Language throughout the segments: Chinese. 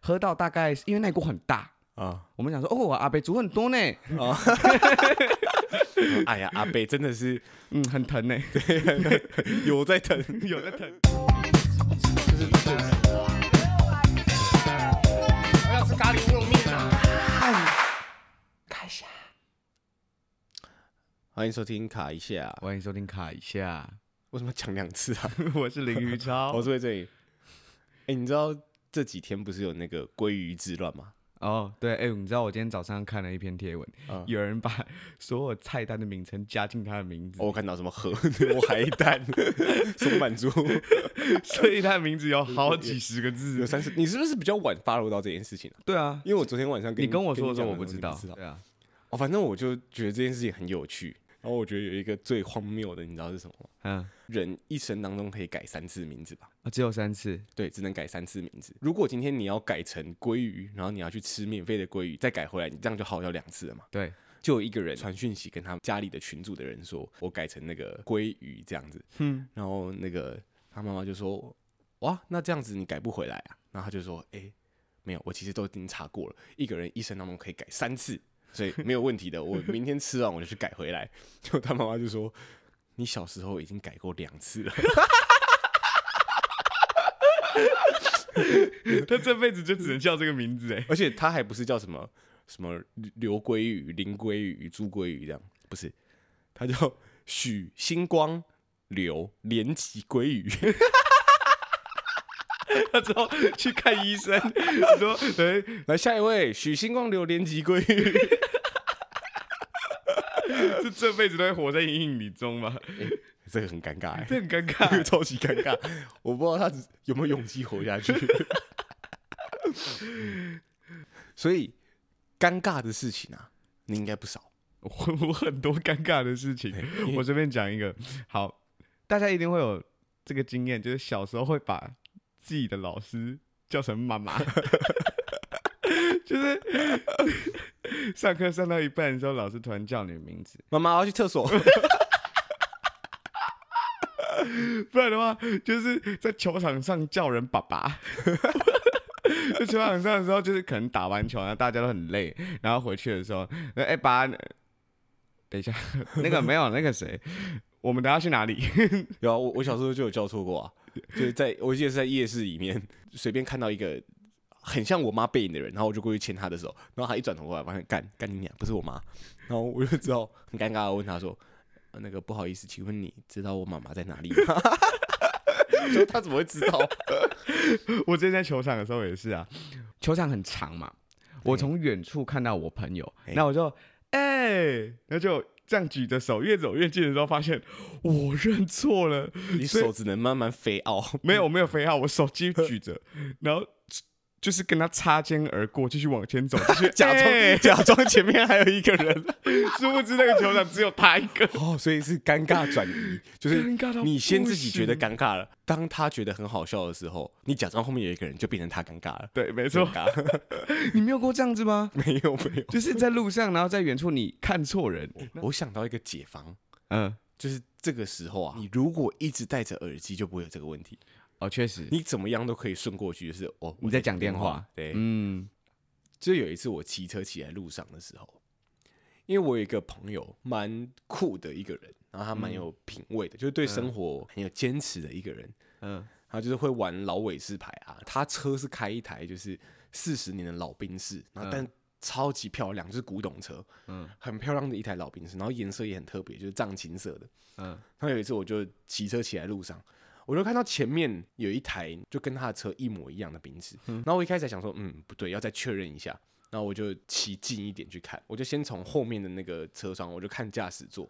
喝到大概，因为那锅很大，啊、我们想说哦，阿北煮很多呢，哎呀，阿贝真的 是嗯，很疼呢。有在疼，有在疼。我要吃咖喱牛肉面啊！欢迎收听卡一下， 欢迎收听卡一下，为什么讲两次啊？ 我是林宇超我。是魏正宇。哎、你知道这几天不是有那个鲑鱼之乱吗？ 哦，对，哎、你知道我今天早上看了一篇贴文，啊有人把所有菜单的名称加进他的名字，哦我看到什么河、我海 胆、松满猪， 所以他的名字有好几十个有字。三十。你是不是比较晚发入到这件事情啊？ 对啊，因为我昨天晚上跟你跟我说的你时候讲我不时知候道，你对啊，哦，反正我就觉得这件事情很有趣。然后我觉得有一个最荒谬的，你知道是什么吗？嗯，人一生当中可以改三次名字吧？啊只有三次，对，只能改三次名字。如果今天你要改成鲑鱼，然后你要去吃免费的鲑鱼，再改回来，你这样就耗掉两次了嘛。对，就有一个人传讯息跟他家里的群组的人说，我改成那个鲑鱼这样子。嗯，然后那个他妈妈就说，哇，那这样子你改不回来啊？然后他就说，哎、没有，我其实都已经查过了，一个人一生当中可以改三次，所以没有问题 的。我明天吃完我就去改回来。就他妈妈就说，你小时候已经改过两次了。 他这辈子就只能叫这个名字哎。而且它还不是叫什么什么刘鲑鱼、林鲑鱼、朱鲑鱼这样，不是，它叫许星光刘连吉鲑鱼。 他之后去看医 生，你说，哎、来下一位，许星光刘连吉鲑鱼。这这辈子都会活在阴影里中吗？这个很尴尬、欸，这很尴 这个尬。超级尴尬，我不知道他只有没有勇气活下去。 所以尴尬的事情啊，你应该不少。 我我很多尴尬的事 情，因为我随便讲一个。好，大家一定会有这个经验，就是小时候会把自己的老师叫成妈 妈，就是 上课上到一半的时候，老师突然叫你的名字，妈妈我要去厕所，不然的话就是在球场上叫人爸爸。 在球场上的时候，就是可能打完球，然后大家都很累，然后回去的时候，哎、爸，等一下， 那个没有那个谁，我们等下去哪里？ 有啊，我我小时候就有叫错过啊，就是在我记得是在夜市里面随便看到一个很像我妈背影的人，然后我就过去牵她的手，然后她一转头过来，发现干干你娘，不是我妈，然后我就知道很尴尬的问她说，呃那个不好意思，请问你知道我妈妈在哪里吗？ 说她怎么会知道？我之前在球场的时候也是啊，球场很长嘛，我从远处看到我朋友，嘿那我就哎、那就这样举着手越走越近的时候，发现我认错了，你手只能慢慢飞傲，没有我没有飞号，我手机举着，然后就是跟他擦肩而过，继续往前 走，继续假装、哎假装前面还有一个人，。殊不知那个球场只有他一个哦，所以是尴尬转移，就是尴尬到你先不自己觉得行尴尬了，当他觉得很好笑的时候，你假装后面有一个人，就变成他尴尬了。对，没错尴，尬，你没有过这样子吗？ 没有没就是在路上，然后在远处你看错人，有。我想到一个解方，嗯，就是这个时候啊，你如果一直戴着耳机，就不会有这个问题，哦，确实，你怎么样都可以顺过去。就是哦，你我在讲电话对，嗯，就有一次我骑车骑在路上的时候，因为我有一个朋友蛮酷的一个人，然后他蛮有品味的，就是对生活很有坚持的一个人。嗯，他就是会玩老伟士牌啊，他车是开一台就是四十年的老宾士，然后但超级漂亮，就是古董车，嗯嗯，很漂亮的一台老宾士，然后颜色也很特别，就是藏青色的。嗯然后有一次我就骑车骑在路上，我就看到前面有一台就跟他的车一模一样的宾士，然后我一开始还想说，嗯，不对，要再确认一下。然后我就骑近一点去看，我就先从后面的那个车窗，我就看驾驶座，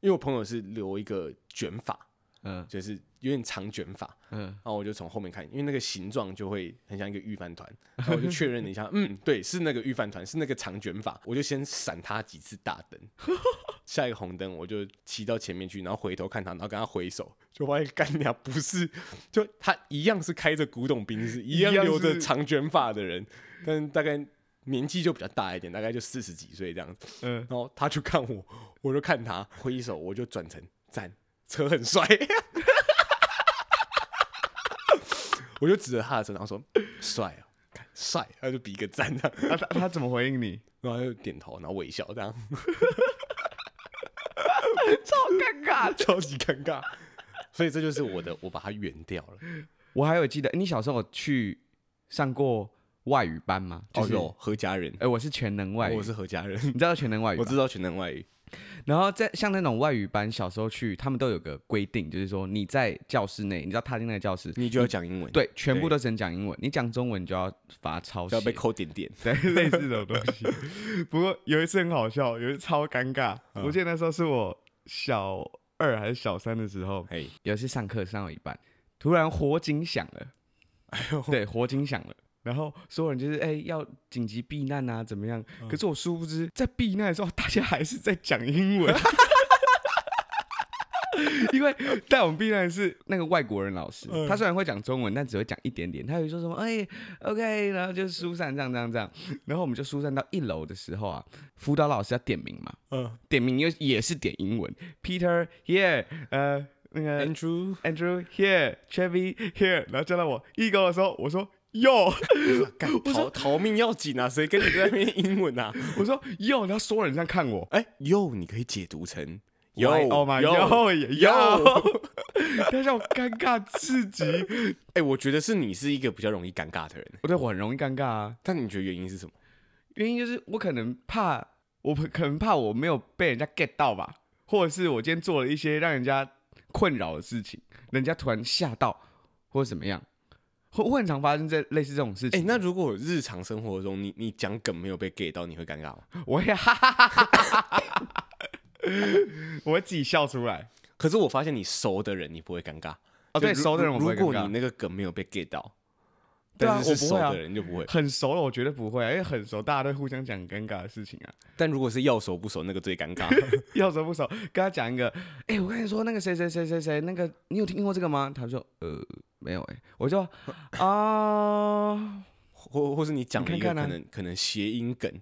因为我朋友是留一个卷发，嗯就是有点长卷发，嗯，然后我就从后面看，因为那个形状就会很像一个预饭团，然后我就确认了一 下，嗯，对，是那个预饭团，是那个长卷发，我就先闪他几次大灯， 下一个红灯我就骑到前面去，然后回头看他，然后跟他挥手，就发现干娘不是，就他一样是开着古董宾士，一样一样留着是长卷发的人，但大概年纪就比较大一点，大概就四十几岁这样子，嗯然后他就看我，我就看他挥手，我就转成赞，车很帅。 我就指着他的车，然后说：“帅啊，干帅，他就比一个赞这样，啊、他他怎么回应你？然后他就点头，然后微笑这样， 超尴尬的。超级尴尬。所以这就是我的，我把它圆掉了。我还有记得，你小时候有去上过外语班吗？就哦是、有何家人哎、，我是全能外语，我是何家人，你知道全能外语吧？我知道全能外语，然后在像那种外语班，小时候去，他们都有个规定，就是说你在教室内，你知道踏进那个教室，你就要讲英文，，对，全部对都只能讲英文，你讲中文就要罚抄就写要，被扣点点。 对，类似这种东西。 不过有一次很好笑，有一次超尴尬，我记得那时候是我小二还是小三的时候，嘿，有一次上课上到一半，突然火警响了，对，火警响了。然后所有人就是哎、要紧急避难啊，怎么样？可是我殊不知，在避难的时候，大家还是在讲英文，因为带我们避难的是那个外国人老师，他虽然会讲中文，但只会讲一点点。他会说什么哎、OK，然后就疏散这样这样这样。然后我们就疏散到一楼的时候啊，辅导老师要点名嘛，嗯点名又也是点英文，Peter here，呃，那个，Andrew， Andrew here, Chevy here，然后叫到我 Eagle 的时候，我说 Yo， 干逃逃命要紧啊，谁跟你在那边英文啊？我说 Yo，然后所有人这样看我哎，Yo，你可以解读成 Why, Oh my Yo，Yo。 Yo，Yo，但 是我尴尬至极，哎，我觉得是你是一个比较容易尴尬的人，我对我很容易尴尬啊，但你觉得原因是什么？原因就是我可能怕，我可能怕我没有被人家 get 到吧，或者是我今天做了一些让人家困扰的事情，人家突然吓到或者怎么样，会会很常发生这类似这种事哎、情。那如果日常生活中你你讲梗没有被 get 到，你会尴尬吗？我也哈哈哈哈哈哈，我会自己笑出来。可是我发现你熟的人你不会尴尬哦，对，就如熟的人我不会如果尴你尬，那个梗没有被 get 到，对啊但是是我不熟会啊的人就不会。很熟了，我绝对不会、啊，因为很熟，大家都互相讲尴尬的事情啊，但如果是要熟不熟，那个最尴 尬。要熟不熟。跟他讲一个，哎、我跟你说，那个谁谁谁谁谁，那个你有听过这个吗？他说，呃，没有、欸，哎，我就啊、或或是你讲了一你个看看啊可能可能谐音梗，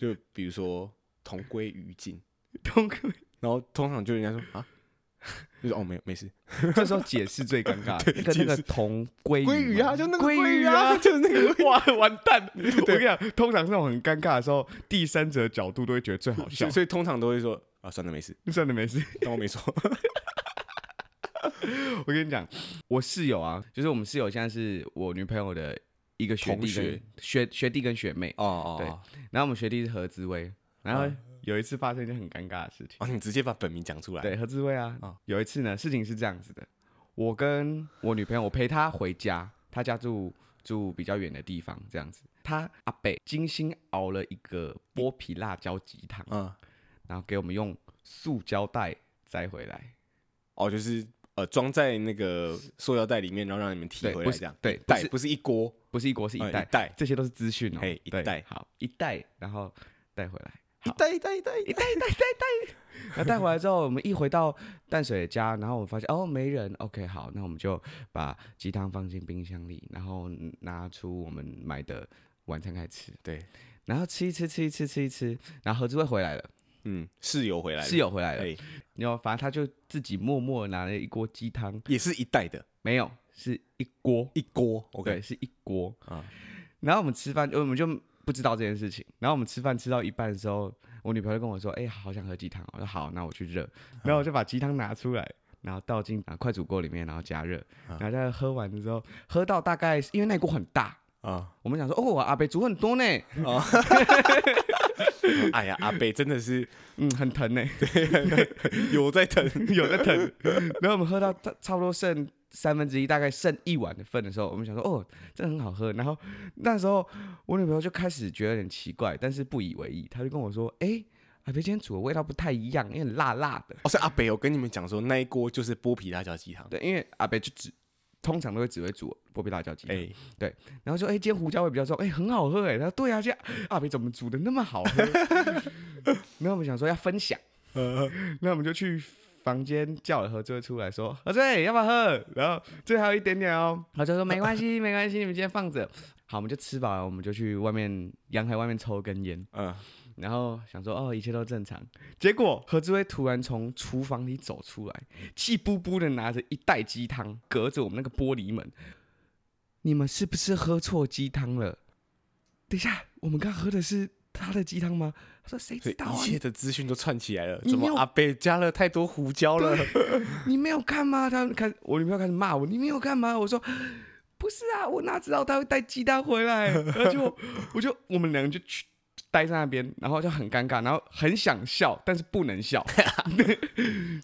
就比如说同归于尽，通哥，然后通常就人家说啊， 就说哦没有没事， 这时候解释最尴尬，跟那解个释同归鲑于鱼啊，嘛就那个哎鲑鲑鱼啊， 就是那个鲑 鱼哇，完蛋！我跟你讲，通常这种很尴尬的时候，第三者角度都会觉得最好笑所以。所以通常都会说啊算了 没事，算了，没事。当我没说。我跟你讲，我室友啊，就是我们室友现在是我女朋友的一个学弟同跟学学学弟跟学妹，哦哦对哦然后我们学弟是何志威，然后哦有一次发生一件很尴尬的事情，哦，你直接把本名讲出来，对何志威啊，哦有一次呢，事情是这样子的，我跟我女朋友，我陪她回家，她家住住比较远的地方，这样子，她阿北精心熬了一个剥皮辣椒鸡汤，嗯，然后给我们用塑胶袋摘回来，哦，就是呃装在那个塑料袋里面，然后让你们提对回不来是这样。对一不袋是不是一锅，不是一锅是呃一袋，一袋这些都是资讯哦。嘿一对袋好，一袋，然后带回来， 一袋一袋一袋一袋。那带回来之后，我们一回到淡水的家，然后我们发现哦没人，OK 好，那我们就把鸡汤放进冰箱里，然后拿出我们买的晚餐开始吃，对，然后吃一吃吃一吃吃一吃，然后何志慧回来了，嗯，室友回来了，室友回来了，哎，然后反正他就自己默默地拿了一锅鸡汤，也是一袋的，没有是一锅一锅。对， OK，是一锅啊然后我们吃饭，呃我们就不知道这件事情。然后我们吃饭吃到一半的时候，我女朋友就跟我说：“哎、好想喝鸡汤哦。”我说：“好，那我去热。”然后我就把鸡汤拿出来，然后倒进啊快煮锅里面，然后加热。啊然后在喝完的时候，喝到大概是因为那锅很大，啊，我们想说：“哦，阿北煮很多呢，哎呀，阿北真的是嗯，很疼 呢，有在疼， 有的疼。”然后我们喝到差差不多剩三分之一，大概剩一碗的份的时候，我们想说：“哦，这很好喝。”然后那时候我女朋友就开始觉得有点奇怪，但是不以为意，她就跟我说：“哎、阿北今天煮的味道不太一样，有点辣辣的。”哦，是阿北有跟你们讲说那一锅就是剥皮辣椒鸡汤。对，因为阿北就只通常都会只会煮剥皮辣椒鸡，哎，然后说哎、今天胡椒味比较重，哎、很好喝哎、他说对啊，这阿北怎么煮的那么好喝？ 然后我们想说要分享，那我们就去房间叫了何醉出来说何醉要不要喝？然后最后还有一点点哦，何醉说没关系没关系，你们今天放着。好，我们就吃饱了，我们就去外面阳台外面抽根烟，嗯，然后想说哦一切都正常。结果何志威突然从厨房里走出来，气呼呼的拿着一袋鸡汤，隔着我们那个玻璃门。你们是不是喝错鸡汤了？等一下，我们刚喝的是他的鸡汤吗？”他说：“谁所知以道啊一？切的资讯都串起来了。你怎没么有阿贝加了太多胡椒了？嗯你你没有看吗？”他开始我女朋友开始骂我：“你没有看吗？”我说。不是啊，我哪知道他会带鸡蛋回来？然后就我就我们两个就去待在那边，然后就很尴尬，然后很想笑，但是不能笑，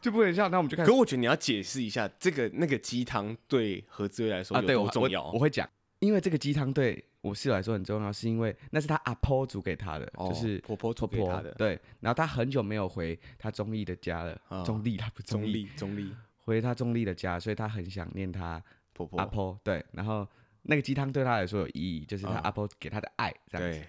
就不能笑。那我们就开始可我觉得你要解释一下，这个那个鸡汤对何志伟来说啊，有对我多重要？我我会讲，因为这个鸡汤对我室友来说很重要，是因为那是他阿婆煮给他的，哦就是婆婆煮婆给婆他的对，然后他很久没有回他中立的家了，啊中立他不中中立，立中立回他中立的家，所以他很想念他婆婆阿婆。对，然后那个鸡汤对他来说有意义，就是他啊阿婆给他的爱，这样子。对，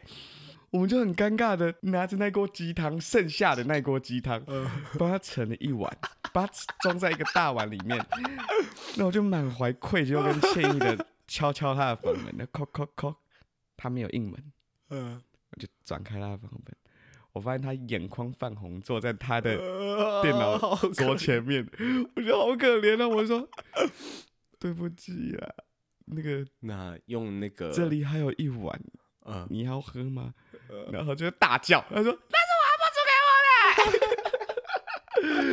我们就很尴尬的拿着那锅鸡汤，剩下的那锅鸡汤，嗯 帮他盛了一碗，把它装在一个大碗里面。那我就满怀愧疚跟歉意的敲敲他的房门，那敲敲敲，他没有应门，嗯，我就转开他的房门，我发现他眼眶泛红，坐在他的哦电脑桌前面，我觉得好可怜啊！我说 对不起啊，那个那用那个这里还有一碗， 嗯你要喝吗？呃然后就大 叫，他说：“那是我阿婆煮给我的。”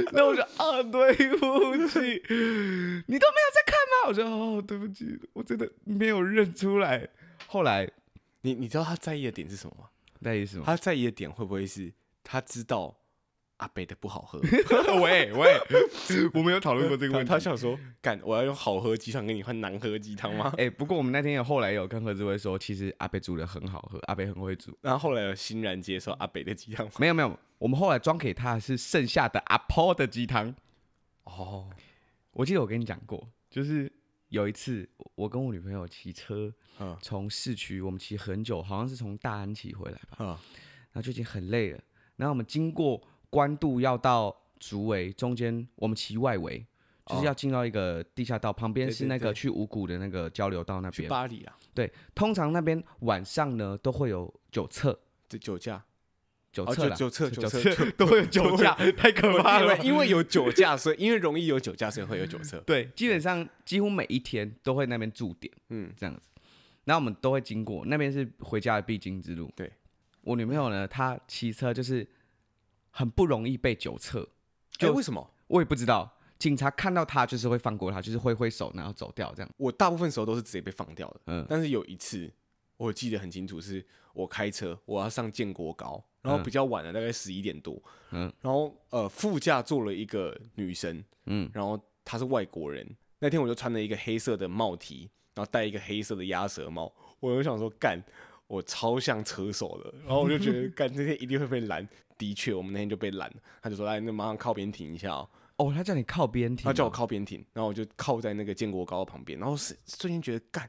那我说：“啊，对不起，你都没有在看吗？”我说：“哦，对不起，我真的没有认出来。”后来，你你知道他在意的点是什么吗？那意思吗？他在意的点会不会是他知道阿北的不好 喝？喂喂， 我们有讨论过这个他问题他。想说，干我要用好喝鸡汤跟你换难喝鸡汤 吗？哎、不过我们那天有后来有跟何志威说，其实阿贝煮的很好喝，阿贝很会煮。然后后来有欣然接受阿北的鸡汤吗？没有没有，我们后来装给他的是剩下的阿婆的鸡汤。哦，我记得我跟你讲过，就是有一次我我跟我女朋友骑车嗯从市区，我们骑很久，好像是从大安骑回来吧，嗯然后就已经很累了。然后我们经过关渡要到竹围，中间我们骑外围，就是要进到一个地下道，旁边哦对是对那个对去五谷的那个交流道那去边。巴黎啊，对，通常那边晚上呢都会有酒测，这酒驾，酒哦测啦、酒酒测酒测酒都会有酒驾，太可怕因了为吧。因为有酒驾，所以因为容易有酒驾，所以会有酒测。对，基本上几乎每一天都会那边驻点。嗯，这样子。那我们都会经过，那边是回家的必经之路。对，我女朋友呢，她骑车就是很不容易被酒测，就就哎为什么我也不知道，警察看到她就是会放过她，就是挥挥手然后走掉这样。我大部分时候都是直接被放掉的。嗯但是有一次我记得很清楚，是我开车我要上建国高，然后比较晚了，大概十一点多。嗯，然后呃副驾坐了一个女生，嗯，然后她是外国人。那天我就穿了一个黑色的帽 T，然后戴一个黑色的鸭舌帽，我就想说干，我超像车手的，然后我就 觉得干这天一定会被拦。的确，我们那天就被拦了，他就说来，那马上靠边停一下哦。哦，她叫你靠边哦停，他叫我，靠边停，然后我就靠在那个建国高的旁边，然后是瞬间觉得干，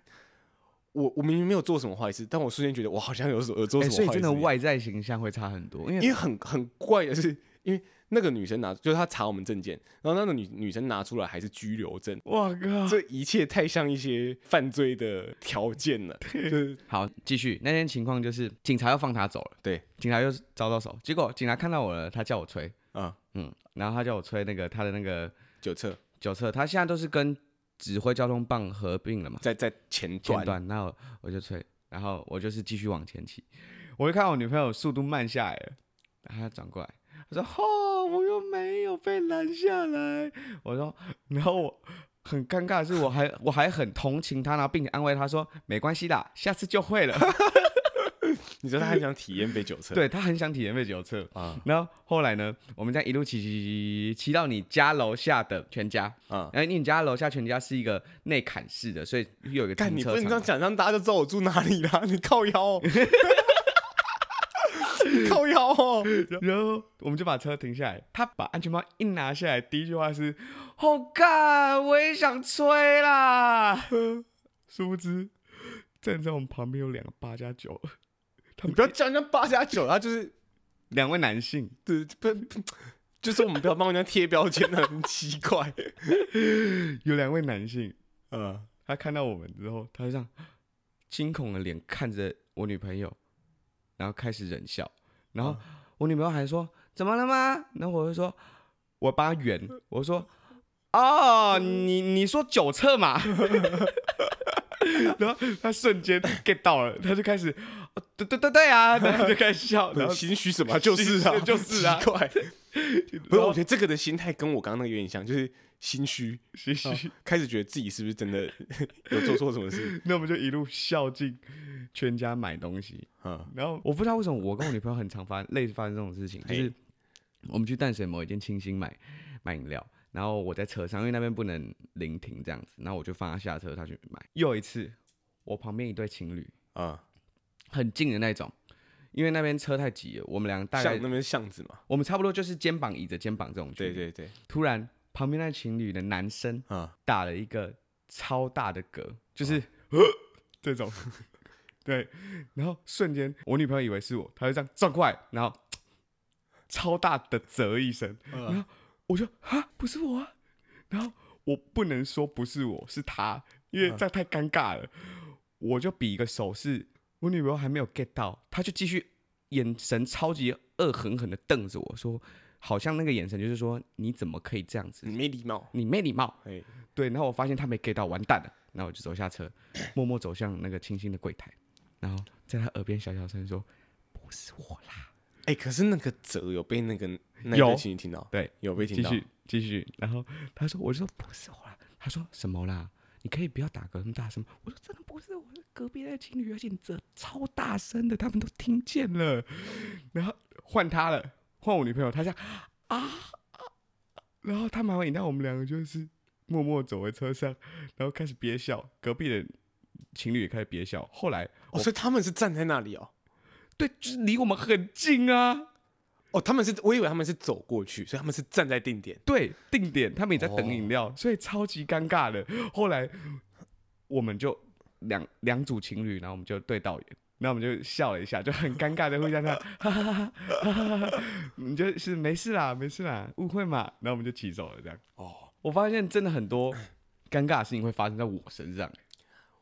我我明明没有做什么坏事，但我瞬间觉得我好像有所有做哎、什么坏事所一以样、真的外在形象会差很多，因为因为很很怪的是，因为那个女生拿就是她查我们证件，然后那个女女生拿出来还是拘留证，哇靠，这一切太像一些犯罪的条件了，就是好，继续那天情况就是警察要放她走了，对，警察又招到手，结果警察看到我了，他叫我吹，啊嗯，然后他叫我吹那个他的那个酒测酒测，他现在都是跟指挥交通棒合并了嘛。在在前前段段，然后我就吹，然后我就是继续往前骑，我就看我女朋友速度慢下来了，然后她转过来，她说：“哦，我又没有被拦下来。”我说，然后我很尴尬的是，我还我还很同情她，然后并且安慰她说：“没关系啦，下次就会了。 你知道她很想体验被酒”测，对嗯她很想体验被酒测。啊然后后来呢，我们这样一路骑骑骑骑骑到你家楼下的全家，啊，哎，你家楼下全家是一个内砍式的，所以又有一个干停你车不能这场啊样讲，让大家就知道我住哪里啦，你靠腰、 哦。你靠腰哦，然后我们就把车停下来，他把安全帽一拿下来，第一句话是：“好干，我也想吹啦。” 殊不知，站在我们旁边有两个八加九，他们你不要叫人家八加九，他啊就是两位男性，对不不，就是我们不要帮人家贴标签，啊很奇怪。有两位男性，呃，他看到我们之后，他就这样惊恐的脸看着我女朋友，然后开始忍笑，然后我女朋友还说：“怎么了吗？”然后我就说：“我帮他圆。”我说：“哦，你你说九测嘛？” 然后他瞬间 get 到了，他就开始，哦对对对对啊，然后就开始笑，然后心虚什么啊？就是啊，心虚就是啊 奇怪。不是，然后我觉得这个的心态跟我刚刚那个有点像，就是心虚，嘻嘻啊开始觉得自己是不是真的有做错什么 事？那我们就一路孝敬全家买东西。嗯，然后我不知道为什么我跟我女朋友很常发类似发生这种事情，就嘿是我们去淡水某一间清新买买饮料，然后我在车上，因为那边不能临停这样子，然后我就放她下车，她去买。又一次，我旁边一对情侣，啊，很近的那种，因为那边车太挤了，我们俩大概巷那边巷子嘛，我们差不多就是肩膀倚着肩膀这种距对离。对对，突然旁边那情侣的男生啊，打了一个超大的嗝，就是、 这种，对，然后瞬间我女朋友以为是我，她就这样转过来，然后超大的啧一声，嗯然后我就哈不是我啊，然后我不能说不是我是他，因为这样太尴尬了，我就比一个手势，我女朋友还没有 get 到，她就继续眼神超级恶狠狠的瞪着我说。好像那个眼神就是说，你怎么可以这样子？你没礼貌，你没礼貌！哎，对，然后我发现他没 get 到，完蛋了。然后我就走下车，默默走向那个清新的柜台，然后在他耳边小小声说：“不是我啦。哎，可是那个折有被那个那有对情侣听到”，对，有被听继到，续继续。然后他说：“我就说不是我啦。”他说：“什么啦？你可以不要打嗝那么大声吗。”我说：“真的不是我，是隔壁那个情侣，而且你这超大声的，他们都听见 了。”然后换他了，换我女朋友，她这样啊啊，然后他买完饮料，我们两个就是默默走回车上，然后开始憋笑，隔壁的情侣也开始憋笑。后来哦，所以他们是站在那里哦，对，就是离我们很近啊，哦，他们是，我以为他们是走过去，所以他们是站在定点，对，定点他们也在等哦饮料，所以超级尴尬的。后来我们就两两组情侣，然后我们就对导演，然后我们就笑了一下，就很尴尬的互相看，哈哈哈哈哈哈哈哈，你就是没事啦，没事啦，误会嘛，然后我们就骑走了这样。哦。我发现真的很多尴尬的事情会发生在我身上。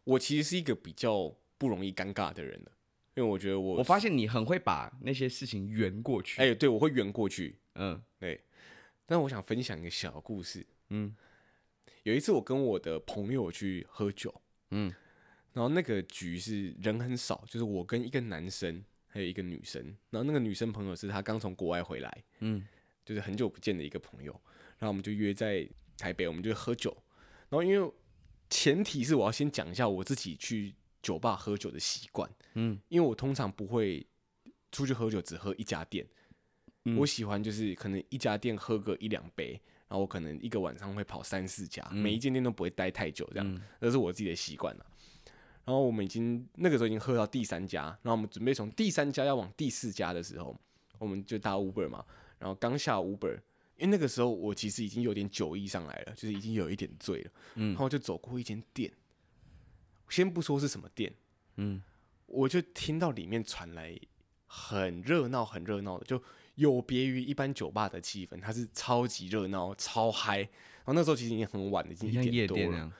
我其实是一个比较不容易尴尬的人了，因为我觉得我我发现你很会把那些事情圆过去。哎、对我会圆过去，嗯对。但我想分享一个小故事。嗯有一次我跟我的朋友去喝酒，嗯然后那个局是人很少，就是我跟一个男生还有一个女生，然后那个女生朋友是她刚从国外回来，嗯就是很久不见的一个朋友，然后我们就约在台北，我们就喝酒。然后因为前提是我要先讲一下我自己去酒吧喝酒的习惯，嗯，因为我通常不会出去喝酒只喝一家店，嗯我喜欢就是可能一家店喝个一两杯，然后我可能一个晚上会跑三四家，每一间店都不会待太久，这样、嗯这是我自己的习惯啊了。然后我们已经那个时候已经喝到第三家，然后我们准备从第三家要往第四家的时候，我们就搭 Uber 嘛，然后刚下 Uber，因为那个时候我其实已经有点酒意上来了，就是已经有一点醉了，嗯然后就走过一间店，先不说是什么店，嗯，我就听到里面传来很热闹、很热闹的，就有别于一般酒吧的气氛，它是超级热闹、超嗨。然后那时候其实已经很晚了，已经你一像夜点多店啊那了。样，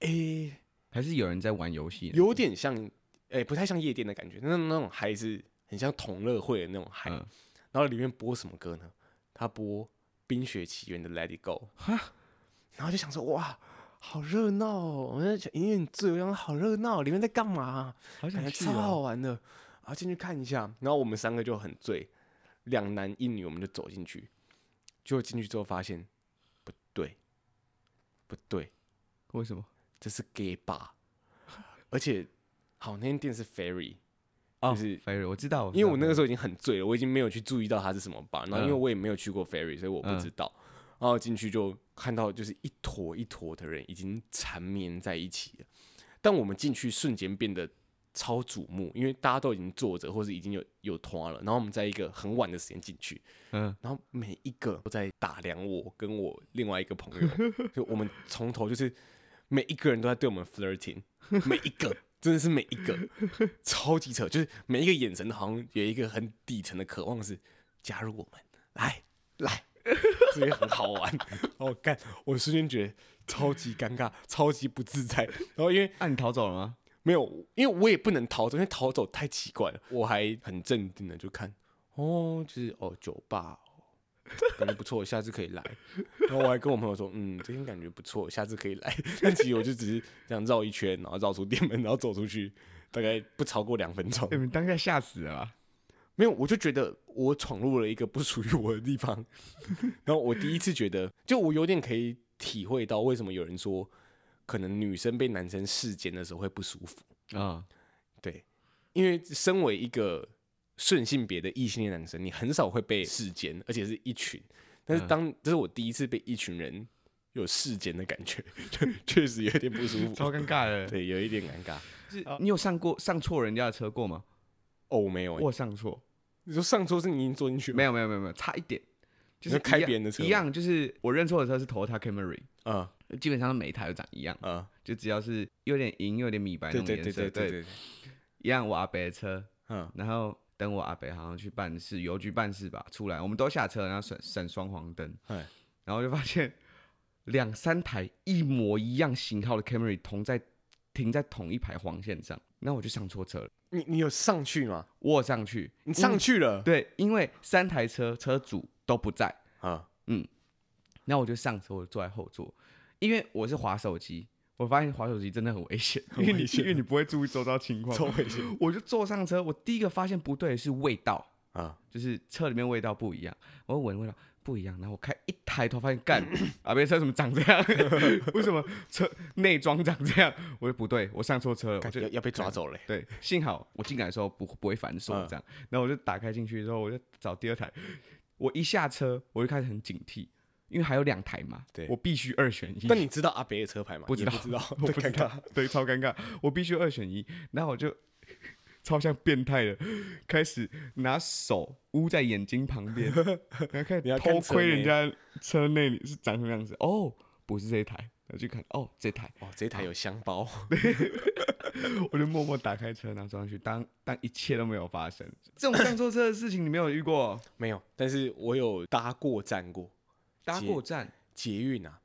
诶、还是有人在玩游戏呢？有点像，诶、不太像夜店的感觉，那那种嗨是很像同乐会的那种嗨。嗯然后里面播什么歌呢？他播《冰雪奇缘》的《Let It Go》然后 就想说哇，好热闹哦！我在想，隐隐醉，我想好热闹，哦里面在干嘛、好感想觉去超好哦。玩的，然后进去看一下。然后我们三个就很醉，两男一女，我们就走进去。结果进去之后发现不对，不对，为什么？这是 gay bar，而且好那间店是 Ferry，哦就是 Ferry，我知道，因为我那个时候候已经很醉了，我已经没有去注意到它是什么 bar，然后因为嗯我也没有去过 Ferry，所以我不嗯知道。然后进去就看到就是一坨一坨的人已经缠绵在一起了，但我们进去瞬间变得超瞩目，因为大家都已经坐着或是已经有有团了，然后我们在一个很晚的时间进去，嗯然后每一个都在打量我跟我另外一个朋友， 就我们从头就是每一个人都在对我们 flirting，每一个真的是每一个超级扯，就是每一个眼神都好像有一个很底层的渴望是加入我们，来来，这也很好玩。 哦，干，我瞬间觉得超级尴尬，超级不自在。然后因为那、你逃走了吗？没有，因为我也不能逃走，因为逃走太奇怪了。我还很镇定的就看，哦，就是哦，酒吧哦，感觉不错，下次可以来。然后我还跟我朋友说，嗯，这天感觉不错，下次可以来。 但其实我就只是这样绕一圈，然后绕出店门，然后走出去，大概不超过两分钟你。们当下吓死了吧？没有，我就觉得我闯入了一个不属于我的地方， 然后我第一次觉得，就我有点可以体会到为什么有人说，可能女生被男生视奸的时候会不舒服。啊、对，因为身为一个顺性别的异性恋男生，你很少会被视奸，而且是一群。但是嗯当、这是我第一次被一群人有视奸的感觉，就确实有点不舒服，超尴尬的。对，有一点尴尬。是你有上过上错人家的车过吗？哦，我没有、欸，我上错，你说上桌是你已经坐进去吗？没有没有没有没有，差一点，就你是说开一样别人的车一吗样，就是我认错的车是 Toyota Camry，啊基本上每一台都长一样，啊，就只要是有点银有点米白那对种对颜对色，对对对，一样我阿伯的车，嗯然后等我阿伯好像去办事，邮局办事吧，出来我们都下车，然后闪闪双黄灯，哎，然后就发现两三台一模一样型号的 Camry 同在停在同一排黄线上，那我就上错车了，你你有上去吗？我有上去，你因上为去了嗯对，因为三台车车主都不在。啊？然后我就上车，我就坐在后座，因为我是滑手机，我发现滑手机真的很危险，因为你因为你不会注意周遭情况。超危险我就坐上车，我第一个发现不对的是味道， 啊！就是车里面味道不一样，我闻味道不一样，然后我开一抬头发现 干啊，别车怎么长这 样？为什么车内装长这样？我就不对，我上错车了，我感就觉要要被抓走嘞！对，幸好我进来的时候不不会反锁嗯这样，然后我就打开进去之后，我就找第二台。我一下车我就开始很警惕，因为还有两台嘛，对我必须二选一。但你知道阿北的车牌吗？不知道你不知 道，我不知尴尬道，对，超尴尬，我必须二选一。然后我就 超像变态的，开始拿手捂在眼睛旁边， 然后开你始要看偷车窥内人家车内里是长什么样子。哦，不是这一台，我去看，哦，这台， 哦，这台有香包，我就默默打开车，然后装上去，当当一切都没有发生。这种上错车的事情你没有遇过？没有，但是我有搭过站过搭过站捷运啊。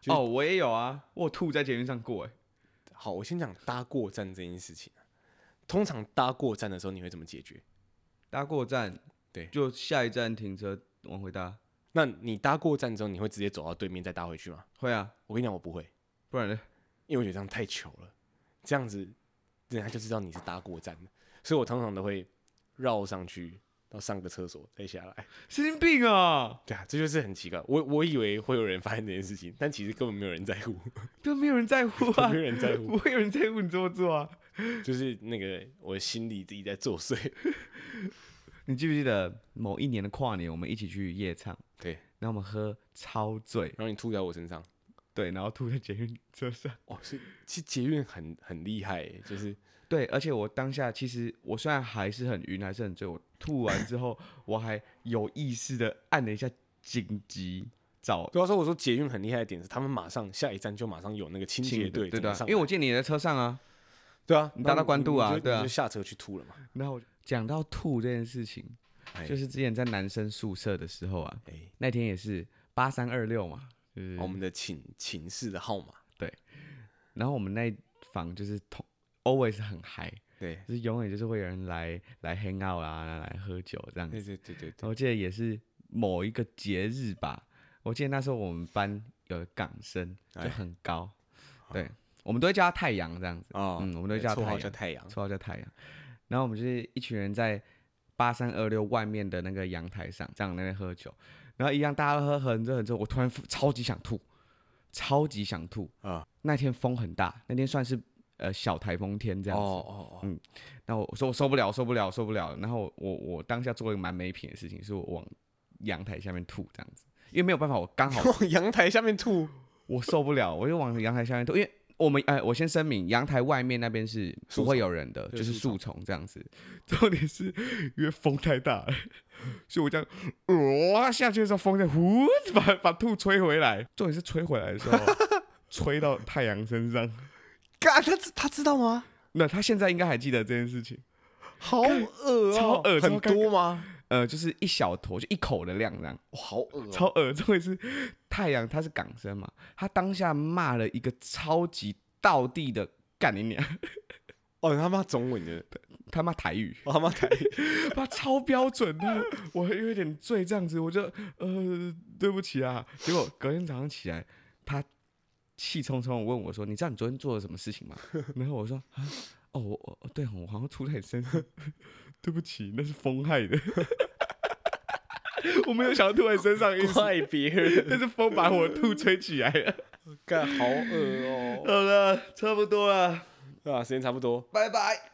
就是哦，我也有啊，我有吐在捷运上过哎、好，我先讲搭过站这件事情啊。通常搭过站的时候，你会怎么解决？搭过站，对就下一站停车往回搭，那你搭过站之后，你会直接走到对面再搭回去吗？会啊，我跟你讲，我不会，不然呢？因为我觉得这样太糗了，这样子人家就知道你是搭过站的，所以我通常都会绕上去到上个厕所再下来。 神经病啊！对啊，这就是很奇怪。我我以为会有人发现这件事情，但其实根本没有人在乎， 都没有人在乎 啊，没有人在乎不会有人在乎你这么做啊。就是那个我心里自己在作祟。你记不记得某一年的跨年，我们一起去夜唱，对，然后我们喝超醉，然后你吐在我身上，对，然后吐在捷运车 上。哦，是其实捷运很很厉害耶，就是对，而且我当下其实我虽然还是很晕，还是很醉，我吐完之后我还有意识的按了一下紧急找对啊，所以我说捷运很厉害的点是，他们马上下一站就马上有那个清洁对队整个的，上因来，为我见你也在车上啊。对啊，你搭到关渡啊你就对啊你就下车去吐了嘛，然后我讲到吐这件事情，嗯哎就是之前在男生宿舍的时候啊，哎，那天也是八三二六嘛，就是我们的寝寝室的号码，然后我们那一房就是同 always 很嗨，对，就是永远就是会有人来来 hang out 啦，来来喝酒这样子对。对对对然后对，我记得也是某一个节日吧，我记得那时候我们班有个港生就哎很高，对，我们都会叫他太阳这样子，哦，嗯，我们都会叫绰他太号阳叫，太阳，绰号叫太阳。然后我们就是一群人在八三二六外面的那个阳台上，这样那边喝酒，然后一样大家都喝很热很热，我突然超级想吐，超级想吐啊那天风很大，那天算是呃小台风天这哦样子。哦哦，那我说我受不了，受不了，受不了。然后我我当下做了一个蛮没品的事情，是我往阳台下面吐这样子，因为没有办法，我刚好往阳台下面吐，我受不了，我就往阳台下面吐，因为。我们呃，我先声明，阳台外面那边是树不会有人的，对就是树树丛这样子。重点是因为风太大了，所以我这样哇、下去的时候，风在呼把把吐吹回来。重点是吹回来的时候，吹到太阳身上。嘎，他知他知道吗？那他现在应该还记得这件事情，好恶超哦，恶超很尴多吗？呃，就是一小坨，就一口的量这样，哇好恶哦，超恶。重点是太阳他是港生嘛，他当下骂了一个超级道地的干你娘，哦，他妈中文的，他妈台语，我他妈台语，他超标准的，我有点醉这样子，我就呃对不起啊。结果隔天早上起来，他气冲冲地问我说：“你知道你昨天做了什么事情吗？”然后我说：“啊，哦，我我对哦我好像出在你身上， 对不起，那是风害的。 我没有想要吐在你身上的意思，怪别人， 但是风把我吐吹起来了。干好恶哦。 好了，差不多了，啊，时间差不多，拜拜。”